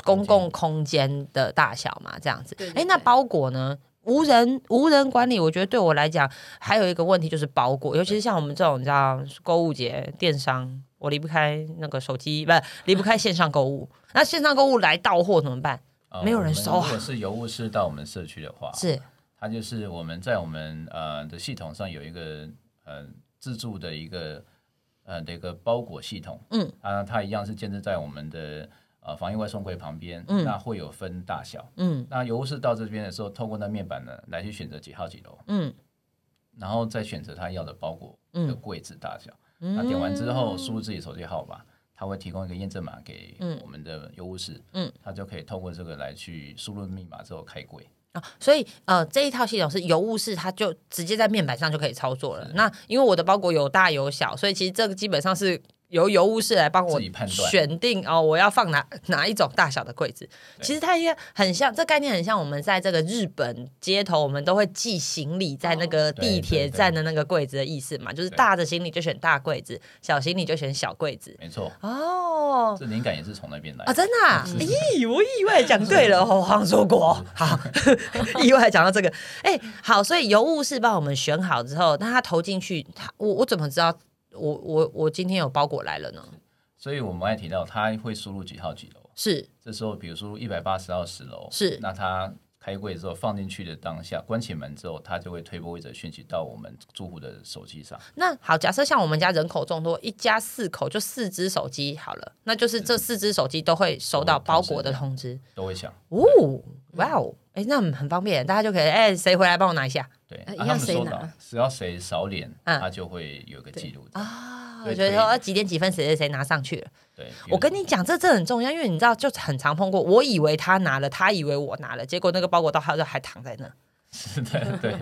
S1: 公共空间的大小嘛，这样子
S3: 对。对
S1: 哎，那
S3: 对
S1: 包裹呢？无人无人管理，我觉得对我来讲还有一个问题就是包裹，尤其是像我们这种你知道购物节、电商，我离不开那个手机，不离不开线上购物。那线上购物来到货怎么办？
S2: 呃
S1: 没有人
S2: 我们
S1: 收啊
S2: 如果是邮务师到我们社区的话，
S1: 是
S2: 它就是我们在我们呃的系统上有一个呃自助的一个呃的一个包裹系统，
S1: 嗯，
S2: 它它一样是建置在我们的呃防疫外送柜旁边，
S1: 嗯
S2: 那会有分大小，
S1: 嗯
S2: 那邮务室到这边的时候，透过那面板呢来去选择几号几楼，
S1: 嗯
S2: 然后再选择他要的包裹的
S1: 嗯，
S2: 柜子大小，那点完之后输入自己手机号码。他会提供一个验证码给
S1: 嗯
S2: 我们的邮务室，
S1: 嗯，
S2: 他就可以透过这个来去输入密码之后开柜。
S1: 啊，所以呃，这一套系统是邮务室，它就直接在面板上就可以操作了。那因为我的包裹有大有小，所以其实这个基本上是由邮务室来帮我
S2: 自己判断
S1: 选定哦，我要放哪哪一种大小的柜子。其实它也很像，这概念很像我们在这个日本街头，我们都会寄行李在那个地
S2: 哦对
S1: 铁
S2: 对对
S1: 站的那个柜子的意思嘛，就是
S2: 对
S1: 大的行李就选大柜子，小行李就选小柜子。
S2: 没错，
S1: 哦，
S2: 这灵感也是从那边来的
S1: 啊，真的、
S2: 嗯
S1: 啊？咦，我意外讲对了，我好像说过，好， 意外讲到这个，哎、好，所以邮务是帮我们选好之后，那他投进去，他我我怎么知道我我我今天有包裹来了呢？
S2: 所以我们刚才提到，他会输入几号几楼，
S1: 是
S2: 这时候比如输入一百八十号十楼，
S1: 是
S2: 那他开柜之后放进去的当下，关起门之后，他就会推播一则讯息到我们住户的手机上。
S1: 那好，假设像我们家人口众多，一家四口就四只手机好了，那就是这四只手机都会收到包裹的通知。
S2: 都会响。
S1: 哦，哇哦，哎、那很方便，大家就可以哎，谁、回来帮我拿一下
S2: 对，
S3: 呃
S2: 啊
S3: 一样
S2: 他们
S3: 谁
S2: 收
S3: 拿
S2: 到，只要谁扫脸，
S1: 嗯
S2: 他就会有个记录。
S1: 啊？
S2: 对
S1: 觉得
S2: 可以
S1: 说啊几点几分谁谁谁拿上去了。
S2: 对，
S1: 我跟你讲，这这很重要，因为你知道，就很常碰过。我以为他拿了，他以为我拿了，结果那个包裹到他就还躺在那，
S2: 讲， 对对，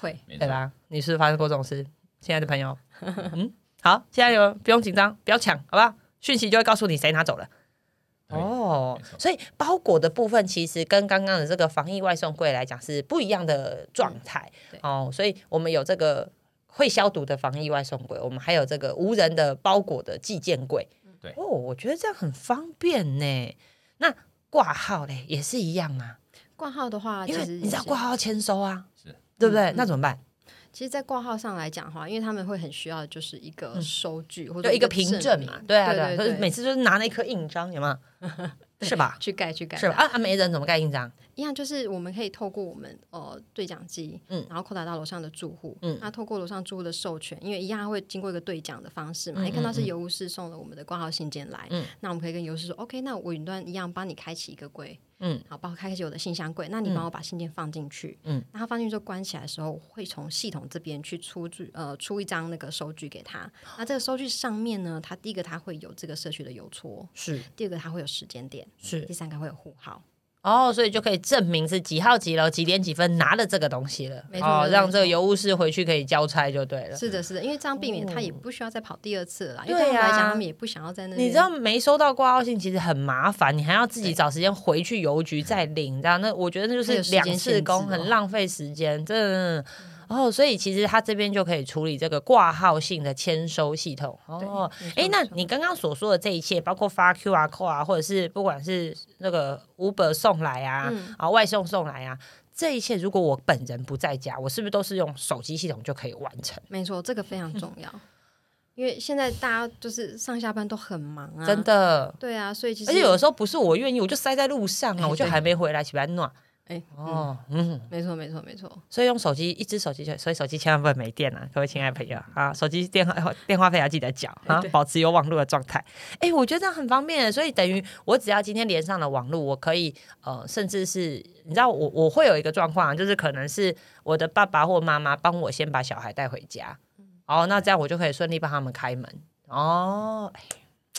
S3: 会，
S2: 没
S1: 对
S2: 错。
S1: 吧？你是不是发生过这种事？亲爱的朋友，嗯，好，现在有不用紧张，不要抢，好不好？讯息就会告诉你谁拿走了。
S2: 对
S1: 哦
S2: 没，错
S1: 所以包裹的部分其实跟刚刚的这个防疫外送柜来讲是不一样的状态、
S2: 嗯
S3: 对
S1: 哦，所以我们有这个会消毒的防疫外送柜，我们还有这个无人的包裹的寄件柜。
S2: 嗯对
S1: 哦，我觉得这样很方便呢。那挂号嘞也是一样嘛，
S3: 挂号的话，
S1: 因为
S3: 其实
S1: 你知道
S3: 啊是
S1: 挂号要签收啊，
S2: 是
S1: 对不对？
S3: 嗯嗯
S1: 那怎么办？
S3: 其实，在挂号上来讲的话，因为他们会很需要的就是一个收据、或
S1: 嗯
S3: 者
S1: 就一个
S3: 凭
S1: 凭证嘛，
S3: 明
S1: 对啊，对
S3: 对
S1: 啊，所
S3: 对
S1: 以每次就是拿那颗印章，有吗？ 是吧？
S3: 去盖去盖
S1: 是吧？啊啊，没人怎么盖印章？
S3: 一样就是我们可以透过我们呃对讲机，
S1: 嗯
S3: 然后扣打到楼上的住户，
S1: 嗯
S3: 那透过楼上住户的授权，因为一样它会经过一个对讲的方式嘛，哎
S1: 嗯
S3: 你看到
S1: 嗯
S3: 是
S1: 嗯
S3: 邮务室送了我们的挂号信件来，
S1: 嗯
S3: 那我们可以跟邮务室说，OK，那我云端一样帮你开启一个柜，
S1: 嗯，
S3: 好，帮我开启我的信箱柜，那你
S1: 嗯
S3: 帮我把信件放进去，
S1: 嗯，
S3: 那它放进去之后关起来的时候，我会从系统这边去出具呃出一张那个收据给他，那这个收据上面呢，它第一个它会有这个社区的邮戳，
S1: 是
S3: 第二个它会有时间点，
S1: 是
S3: 第三个会有户号。
S1: 哦，所以就可以证明是几号几楼几点几分拿了这个东西了，
S3: 没错
S1: 哦
S3: 没，错
S1: 让这个邮务室回去可以交差就对了。
S3: 是的，是的，因为这样避免他也
S1: 哦
S3: 不需要再跑第二次了啦。因
S1: 对
S3: 为对他们来
S1: 啊
S3: 讲，他们也不想要在那边。
S1: 你知道没收到挂号信其实很麻烦，你还要自己找时间回去邮局再领，这样那我觉得那就是
S3: 还嗯有时间
S1: 两次工，
S3: 限制哦嗯
S1: 很浪费时间，真的。哦，所以其实他这边就可以处理这个挂号性的签收系统。哦，
S3: 对没错
S1: 哎，那
S3: 没错
S1: 你刚刚所说的这一切，包括发 QR code 啊，或者是不管是那个 Uber 送来啊，
S3: 嗯
S1: 啊外送送来啊，这一切如果我本人不在家，我是不是都是用手机系统就可以完成？
S3: 没错，这个非常重要，因为现在大家就是上下班都很忙啊，
S1: 真。的。
S3: 对啊，所以其实
S1: 而且有的时候不是我愿意，我就塞在路上啊，
S3: 哎
S1: 我就
S3: 对
S1: 还没回来，起来暖。
S3: 哎，哦，
S1: 哦，嗯，
S3: 没错，没错，没错，
S1: 所以用手机，一只手机就，所以手机千万不能没电啊，各位亲爱朋友啊，手机电话电话费要记得缴啊
S3: 哎对，
S1: 保持有网络的状态。哎，我觉得这样很方便，所以等于我只要今天连上了网络，我可以呃，甚至是你知道我我会有一个状况啊，就是可能是我的爸爸或妈妈帮我先把小孩带回家，哦，那这样我就可以顺利帮他们开门。哦，哎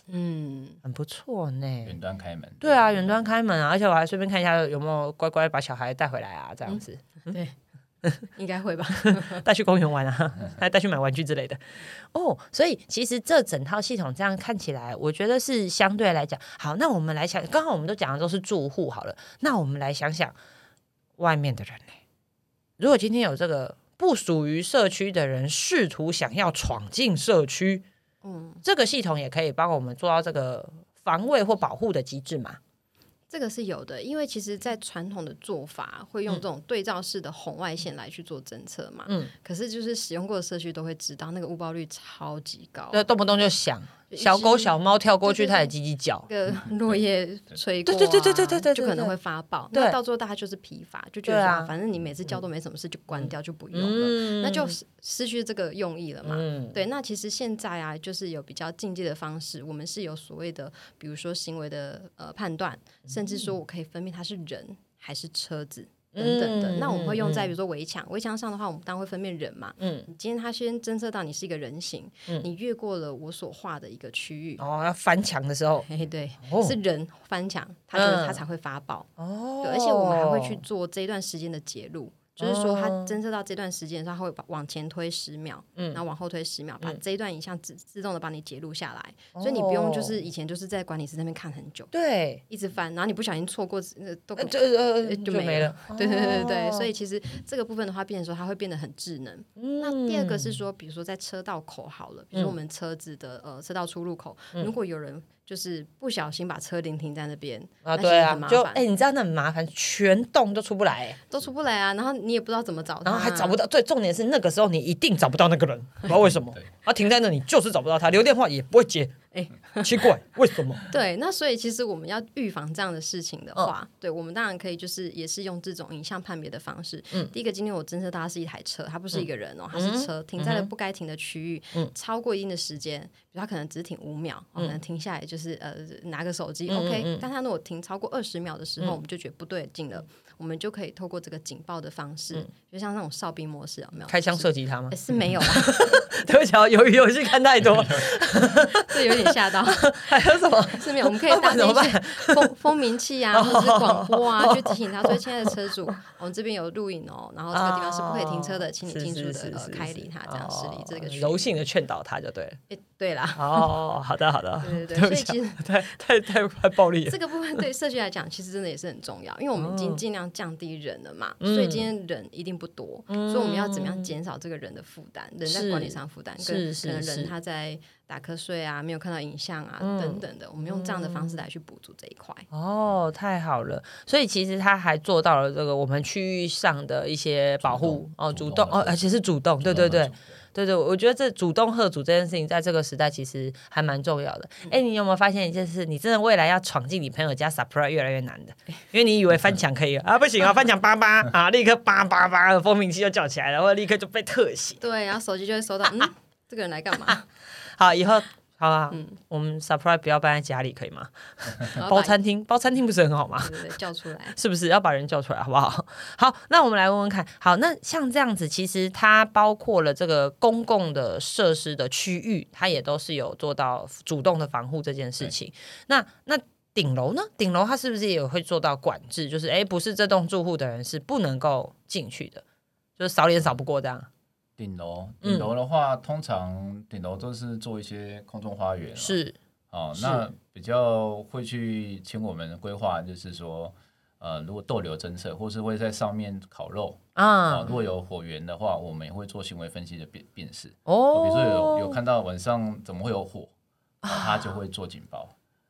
S3: 嗯，
S1: 很不错呢。
S2: 远端开门。
S1: 对啊，远端开门啊，而且我还顺便看一下有没有乖乖把小孩带回来啊，这样子。
S3: 对，应该会吧？
S1: 带去公园玩啊，还带去买玩具之类的。哦，所以其实这整套系统这样看起来，我觉得是相对来讲好。那我们来想，刚好我们都讲的都是住户好了，那我们来想想外面的人呢、如果今天有这个不属于社区的人试图想要闯进社区，
S3: 嗯，
S1: 这个系统也可以帮我们做到这个防卫或保护的机制嘛？
S3: 这个是有的，因为其实，在传统的做法会用这种对照式的红外线来去做侦测嘛。
S1: 嗯，
S3: 可是就是使用过的社区都会知道，那个误报率超级高。
S1: 对，动啊不动就想
S3: 对
S1: 小狗小猫跳过去，
S3: 对对
S1: 它也叽叽叫。
S3: 那个 落叶吹过、啊，
S1: 嗯对对对对对对对
S3: 就可能会发爆。
S1: 对
S3: 那到最后大家就是疲乏，就觉得
S1: 对
S3: 说、
S1: 啊
S3: 啊反正你每次教都没什么事，就关掉就不用了，
S1: 嗯
S3: 那就失失去这个用意了嘛。
S1: 嗯
S3: 对，那其实现在啊，就是有比较进阶的方式，我们是有所谓的，比如说行为的呃判断，甚至说我可以分辨它是人还是车子等等的。
S1: 嗯嗯
S3: 那我们会用在
S1: 嗯
S3: 比如说围墙，围墙上的话，我们当然会分辨人嘛。
S1: 嗯，
S3: 你今天它先侦测到你是一个人形，你越过了我所画的一个区域，
S1: 哦，要翻墙的时候，
S3: 嘿，对，
S1: 哦
S3: 是人翻墙，它就是它
S1: 嗯
S3: 才会发报。
S1: 哦
S3: 对，而且我们还会去做这一段时间的截录，就是说它
S1: 哦
S3: 侦测到这段时间的时候，它会把往前推十秒，
S1: 嗯
S3: 然后往后推十秒，把
S1: 嗯
S3: 这一段影像自自动的把你截录下来，所以你不用
S1: 哦
S3: 就是以前就是在管理室那边看很久，
S1: 对，
S3: 一直翻，然后你不小心错过呃都
S1: 呃就呃
S3: 呃
S1: 就
S3: 就
S1: 没
S3: 没
S1: 了
S3: 了。对对对对对，
S1: 哦嗯
S3: 所以其实这个部分的话，变成说它会变得很智能。那第二个是说，比如说在车道口好了，比如说我们车子的呃车道出入口，
S1: 嗯
S3: 如果有人就是不小心把车停停在那边，
S1: 啊，
S3: 那其实
S1: 对啊
S3: 很，麻
S1: 就
S3: 烦
S1: 哎，你知道那很麻烦，全栋都出不来，哎
S3: 都出不来啊，然后你也不知道怎么找他，
S1: 然
S3: 啊
S1: 后还找不。到。最重点是那个时候你一定找不到那个 人，不知道为什么
S2: 对，
S1: 他停在那里就是找不到他，留电话也不会接，
S3: 哎
S1: 奇怪，为什 么？
S3: 对，那所以其实我们要预防这样的事情的
S1: 嗯
S3: 话，对我们当然可以就是也是用这种影像判别的方式。
S1: 嗯
S3: 第一个，今天我侦测到它是一台车，它不是一个人哦，它是车停在了不该停的区域，
S1: 嗯
S3: 超过一定的时间，比如它可能只停五秒，哦可能停下来就是呃拿个手机、
S1: 嗯
S3: OK，
S1: 嗯
S3: 但它如果停超过二十秒的时候，
S1: 嗯
S3: 我们就觉得不对劲了，我们就可以透过这个警报的方式，就像那种哨兵模式有没有？
S1: 嗯开枪射击他吗
S3: 呃？是没有啦，
S1: 对不起啊，鱿鱼游戏看太多，
S3: 这有点吓到。
S1: 还有什么？
S3: 是没有，我们可以
S1: 那不
S3: 搭
S1: 然怎么
S3: 配一
S1: 办哦
S3: 些蜂蜂鸣 器啊，或者是广播啊，去提醒他说：“亲爱的车主，哦我们这边有录影
S1: 啊
S3: 哦，然后这个地方是不可以停车的，请你
S1: 是
S3: 尽速
S1: 啊是是
S3: 的呃
S1: 是
S3: 开
S1: 是
S3: 离它，这样
S1: 哦
S3: 驶离这个区域。”
S1: 柔性的劝导他就对了。
S3: 诶 对啦，
S1: 哦，好的好的，
S3: 对对
S1: 对
S3: 对，
S1: 不
S3: 所以
S1: 起
S3: 其实
S1: 啊，太太太太暴力了。
S3: 这个部分对社区来讲，其实真的也是很重要，因为我们已经
S1: 嗯
S3: 尽量降低人了嘛，所以今天人一定不多，所以我们要怎么样减少这个人的负担，人在管理上负担，
S1: 嗯是
S3: 跟
S1: 是
S3: 可能
S1: 是嗯
S3: 人他在打瞌睡啊，没有看到影像啊等等的，我们用这样的方式来去补足这一块。
S1: 哦，太好了！所以其实他还做到了这个我们区域上的一些保护
S2: 主动
S1: 哦，主
S2: 主
S1: 动
S2: 动
S1: 哦，而且是主动，对对对对对，我觉得这主动喝主这件事情，在这个时代其实还蛮重要的。哎，你有没有发现一件事？你真的未来要闯进你朋友家 surprise 越来越难的，因为你以为翻墙可以了啊，不行啊，翻墙叭叭啊，立刻叭叭叭，蜂鸣器就叫起来了，或者立刻就被特写。
S3: 对，然后手机就 会收到，嗯，这个人来干嘛？
S1: 好，以后好啊，我们 surprise 不要搬在家里可以吗？
S3: 然后
S1: 包
S3: 把
S1: 餐厅，包餐厅不是很好吗？
S3: 对对对叫出来。
S1: 是不是要把人叫出来，好不好？ 好，那我们来问问看。好，那像这样子，其实它包括了这个公共的设施的区域，它也都是有做到主动的防护这件事情。那那顶楼呢？顶楼它是不是也会做到管制？就是诶，不是这栋住户的人是不能够进去的，就是扫脸扫不过这样。
S2: 顶楼，
S1: 嗯
S2: 顶楼的话，通常顶楼都是做一些空中花园、啊，
S1: 是，
S2: 哦，
S1: 是
S2: 那比较会去请我们规划，就是说，呃，如果逗留侦测，或是会在上面烤肉，啊、
S1: 啊
S2: 如，果有火源的话，我们也会做行为分析的辨辨识。
S1: 哦，
S2: 哦、比如说有有看到晚上怎么会有火，啊、他就会做警报。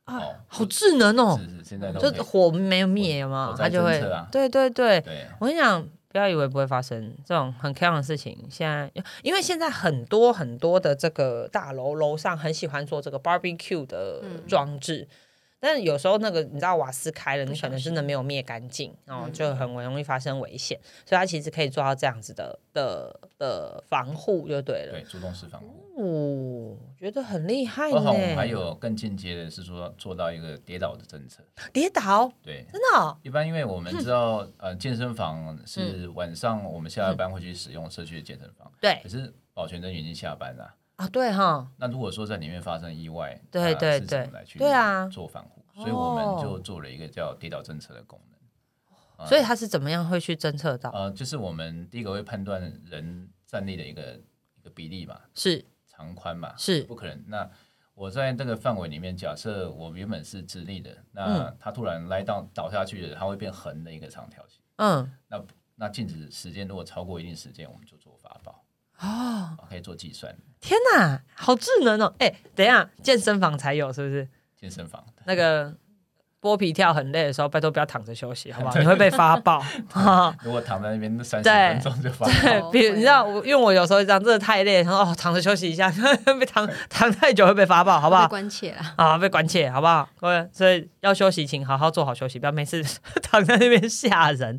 S2: 哦，
S1: 啊好智能哦，
S2: 是是，现在都
S1: 就
S2: 可以
S1: 火没有灭嘛
S2: 火，灾
S1: 它就会
S2: 侦测啊，
S1: 对对对，
S2: 对
S1: 我跟你讲，不要以为不会发生这种很 c 的事情。现在，因为现在很多很多的这个大楼楼上很喜欢做这个 barbecue 的装置。但是有时候那个你知道瓦斯开了，你可能真的没有灭干净，然后
S3: 嗯
S1: 就很容易发生危险，所以它其实可以做到这样子的的的防护就对了。
S2: 对，主动式防护。
S1: 哦，我觉得很厉害
S2: 包含我们
S1: 呢。
S2: 还有更进阶的是说做到一个跌倒的政策，
S1: 跌倒，
S2: 对。
S1: 真的哦、嗯
S2: 一般因为我们知道， 呃，健身房是晚上我们下了班会去使用社区的健身房，
S1: 对
S2: 可是保全人员已经下班了。
S1: 啊，对哈，
S2: 那如果说在里面发生意外，
S1: 对
S2: 那
S1: 对
S2: 是怎么
S1: 对
S2: 来去
S1: 对啊
S2: 做防护，所以我
S1: 哦
S2: 们就做了一个叫跌倒政策的功能。啊
S1: 所以他是怎么样会去侦测到？
S2: 呃，就是我们第一个会判断人站立的一个一个比例嘛，
S1: 是
S2: 长宽嘛，
S1: 是
S2: 不可能。那我在这个范围里面，假设我原本是直立的，
S1: 嗯
S2: 那他突然来到倒下去的，他会变横的一个长条形。
S1: 嗯
S2: 那那禁止时间如果超过一定时间，我们就做法宝，
S1: 哦，
S2: 啊可以做计算，
S1: 天哪，好智能哦！哎，等一下，健身房才有是不是？
S2: 健身房
S1: 那个剥皮跳很累的时候，拜托不要躺着休息， 好不好？你会被发爆。哦
S2: 如果躺在那边那三十
S1: 啊对
S2: 分钟就发
S1: 对
S3: 哦，
S1: 比如
S3: 会
S1: 你知道我，因为我有时候这样真的太累，然后哦躺着休息一下， 被躺躺太久会被发爆，好不好
S3: 被？关切啦，
S1: 啊，被关切，好不好？各位，所以要休息，请好好做好休息，不要每次 躺在那边吓人。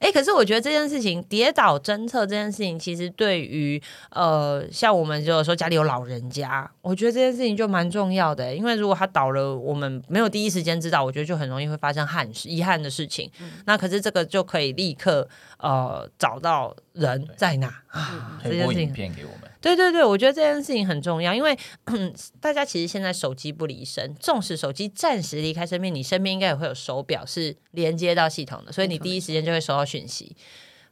S1: 哎、可是我觉得这件事情，跌倒侦测这件事情，其实对于呃，像我们就是说家里有老人家，我觉得这件事情就蛮重要的、因为如果他倒了，我们没有第一时间知道，我觉得就很容易会发生憾事、遗憾的事情。那可是这个就可以立刻呃找到人在哪
S3: 嗯
S1: 啊，这
S2: 推
S1: 件
S2: 播
S1: 事情
S2: 影片给我 们，
S1: 对对对，我觉得这件事情很重要，因为 大家其实现在手机不离身，纵使手机暂时离开身边，你身边应该也会有手表是连接到系统的，所以你
S3: 没错
S1: 第一时间就会收到讯息。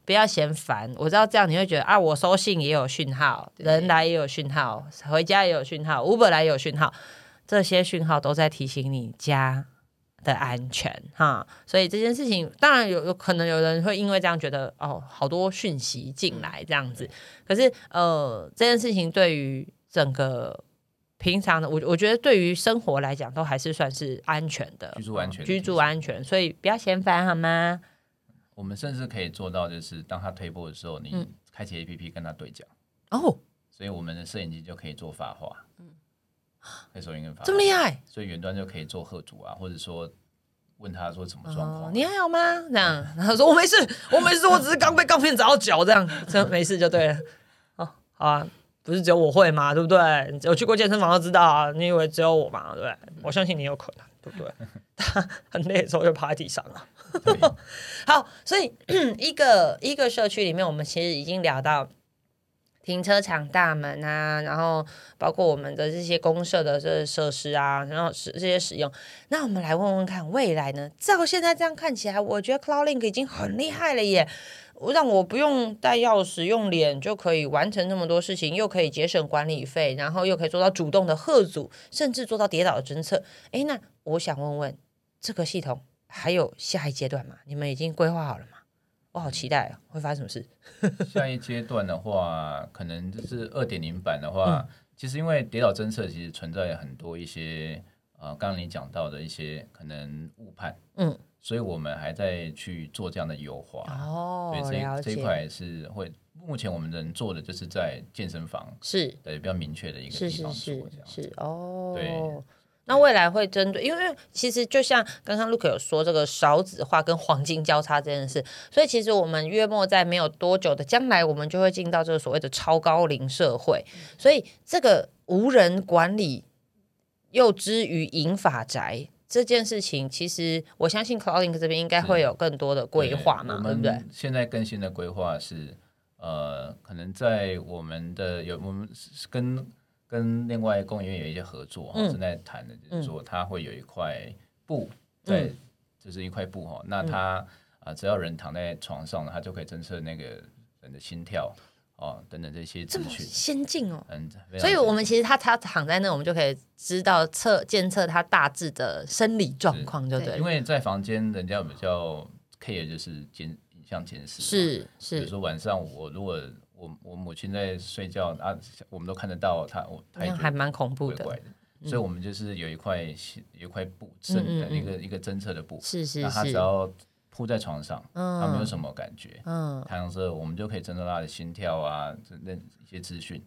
S1: 不要嫌烦，我知道这样你会觉得啊，我收信也有讯号，
S3: 对
S1: 人来也有讯号，回家也有讯号，Uber 来也有讯号，这些讯号都在提醒你家的安全哈。所以这件事情，当然有有可能有人会因为这样觉得哦，好多讯息进来这样子。可是呃，这件事情对于整个平常的我，我觉得对于生活来讲，都还是算是安全的，
S2: 居住安全的
S1: 哦居
S2: 提
S1: 住
S2: 醒
S1: 安全。所以不要嫌烦好吗？
S2: 我们甚至可以做到，就是当他推播的时候，
S1: 嗯
S2: 你开启 APP 跟他对讲，
S1: 哦，
S2: 所以我们的摄影机就可以做法化，可以收音跟法化
S1: 嗯这么厉害！
S2: 所以远端就可以做贺主啊，或者说问他说什么状况啊、嗯
S1: 哦，你还好吗？这样，然后说我没事， 我没事，我只是刚被钢片砸到脚，这样，真没事就对了。哦，好啊，不是只有我会嘛，对不对？有去过健身房都知道啊，你以为只有我嘛，对不对？我相信你有可能，对不对？ 很累的时候就趴在地上啊。
S2: 对
S1: 好，所以嗯一个一个社区里面，我们其实已经聊到停车场大门啊，然后包括我们的这些公社的这设施啊，然后使这些使用。那我们来问问看，未来呢？照现在这样看起来，我觉得 CloudLink 已经很厉害了耶，我让我不用带钥匙，用脸就可以完成这么多事情，又可以节省管理费，然后又可以做到主动的贺组，甚至做到跌倒的侦测。诶，那我想问问这个系统。还有下一阶段吗？你们已经规划好了吗？我好期待哦，会发生什么事？
S2: 下一阶段的话，可能就是二点零版的话，
S1: 嗯
S2: 其实因为跌倒侦测其实存在很多一些呃，刚刚你讲到的一些可能误判，
S1: 嗯，
S2: 所以我们还在去做这样的优化。
S1: 哦
S2: 所以
S1: 了
S2: 这这一
S1: 解，
S2: 块是会，目前我们能做的就是在健身房，
S1: 是
S2: 对，比较明确的一个
S1: 是
S2: 地
S1: 是
S2: 方
S1: 是
S2: 做这样。
S1: 是哦。
S2: 对
S1: 那未来会针对，因为其实就像刚刚 Luke 有说这个少子化跟黄金交叉这件事，所以其实我们约莫在没有多久的将来，我们就会进到这个所谓的超高龄社会，所以这个无人管理又之于银法宅。这件事情，其实我相信 Cloudlink 这边应该会有更多的规划嘛，对
S2: 我
S1: 不对？
S2: 们现在更新的规划是，呃，可能在我们的有我们是跟跟另外公园有一些合作，
S1: 嗯嗯
S2: 哦正在谈的，就是说它会有一块布，对，就是一块布哈，那它啊、只要人躺在床上，它就可以侦测那个人的心跳哦等等这些
S1: 这
S2: 资
S1: 么
S2: 讯，
S1: 先进哦。
S2: 嗯，非常
S1: 所以，我们其实他他躺在那，我们就可以知道测监测他大致的生理状况，就对
S2: 因
S1: 了。
S2: 为在房间人家比较 care 就是监影像监视嘛，
S1: 是
S2: 比如
S1: 是，
S2: 说晚上我如果我我母亲在睡觉啊，我们都看得到她，我她
S1: 那
S2: 也
S1: 样
S2: 觉
S1: 还
S2: 得
S1: 蛮恐怖
S2: 怪
S1: 的。
S2: 怪的，所以我们就是有一块有一块布侦
S1: 嗯嗯嗯
S2: 一个一个侦测的布，
S1: 是是
S2: 那她只
S1: 是，
S2: 要铺在床上，她没有
S1: 嗯
S2: 什么感觉，
S1: 嗯，
S2: 躺着我们就可以侦测她的心跳啊，那那一些资讯，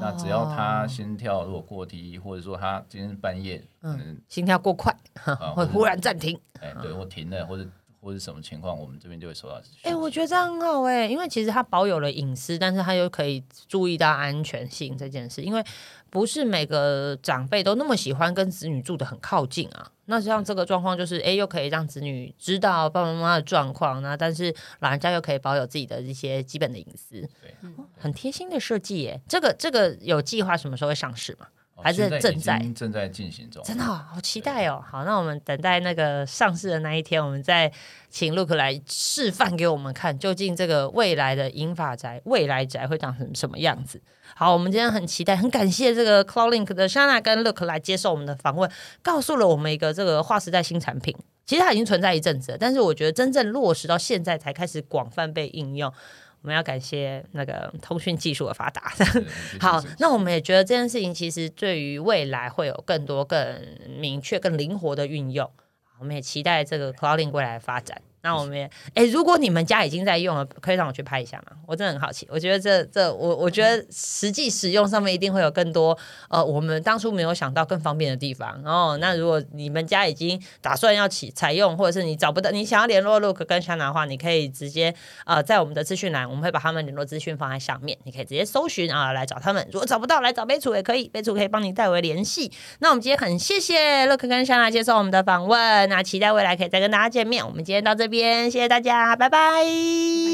S2: 那只要
S1: 哦
S2: 他心跳如果过低，或者说他今天半夜
S1: 嗯
S2: 可能
S1: 心跳过快，
S2: 啊
S1: 会忽然暂停。
S2: 哎对或停了，或者或者什么情况，我们这边就会收到讯息。
S1: 哎、我觉得这样很好哎、因为其实他保有了隐私，但是他又可以注意到安全性这件事，因为不是每个长辈都那么喜欢跟子女住的很靠近啊。那像这个状况就是，哎、又可以让子女知道爸爸妈妈的状况，那但是老人家又可以保有自己的一些基本的隐私，哦
S2: 对，
S1: 很贴心的设计耶。这个这个有计划什么时候会上市吗？
S2: 哦
S1: 还是
S2: 现在已
S1: 正在
S2: 经正在进行中，
S1: 真的哦、好期待哦！好，那我们等待那个上市的那一天，我们再请 Look 来示范给我们看，究竟这个未来的银发宅、未来宅会长成什么样子？好，我们今天很期待，很感谢这个 Cloudlink 的 Shana 跟 Look 来接受我们的访问，告诉了我们一个这个划时代新产品。其实它已经存在一阵子了，但是我觉得真正落实到现在才开始广泛被应用。我们要感谢那个通讯技术的发达。
S2: 对我觉得
S1: 好
S2: 这是，
S1: 那我们也觉得这件事情其实对于未来会有更多、更明确、更灵活的运用。我们也期待这个 Clouding 未来的发展。那我们也，哎、如果你们家已经在用了，可以让我去拍一下吗？我真的很好奇。我觉得这这，我我觉得实际使用上面一定会有更多，呃，我们当初没有想到更方便的地方。哦，那如果你们家已经打算要起采用，或者是你找不到，你想要联络 Look 跟 Shana 的话，你可以直接呃，在我们的资讯栏，我们会把他们联络资讯放在上面，你可以直接搜寻啊、来找他们。如果找不到，来找贝楚也可以，贝楚可以帮你代为联系。那我们今天很谢谢乐克跟香娜接受我们的访问，那期待未来可以再跟大家见面。我们今天到这边，谢谢大家，拜拜